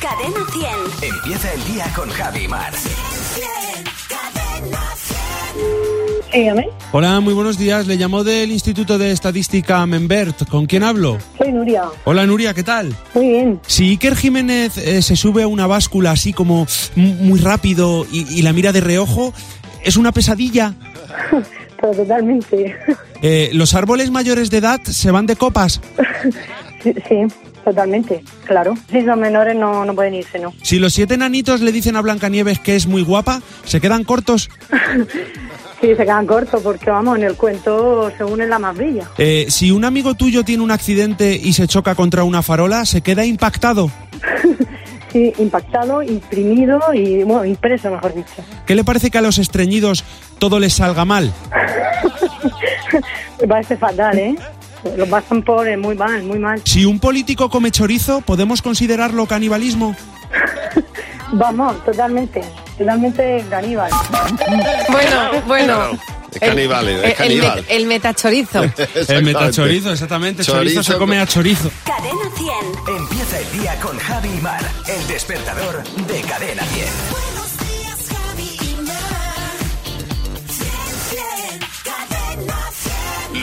Cadena 100. Empieza el día con Javi Mar. Sí, dígame. Hola, muy buenos días. Le llamo del Instituto de Estadística Membert. ¿Con quién hablo? Soy Nuria. Hola, Nuria, ¿qué tal? Muy bien. Si Iker Jiménez eh, se sube a una báscula así como m- muy rápido y, y la mira de reojo, es una pesadilla. Pero Pues totalmente. Eh, ¿Los árboles mayores de edad se van de copas? Sí, sí, totalmente. Claro. Si son menores no, no pueden irse, ¿no? Si los siete nanitos le dicen a Blancanieves que es muy guapa, ¿se quedan cortos? Sí, se quedan cortos porque, vamos, en el cuento según es la más bella. Eh, si un amigo tuyo tiene un accidente y se choca contra una farola, ¿se queda impactado? Sí, impactado, imprimido y, bueno, impreso, mejor dicho. ¿Qué le parece que a los estreñidos todo les salga mal? Me parece fatal, ¿eh? Los pasan pobres muy mal, muy mal. Si un político come chorizo, ¿podemos considerarlo canibalismo? Vamos, totalmente. Totalmente caníbal. Bueno, bueno. Es caníbal, es El- el- caníbal. El, met- el metachorizo. El Exactamente. metachorizo, exactamente. Chorizo se Chorizo come con- a chorizo. Cadena 100. Empieza el día con Javi Mar. El despertador de Cadena 10. Buenos días, Javi y Mar. Bien, bien, cadena 100.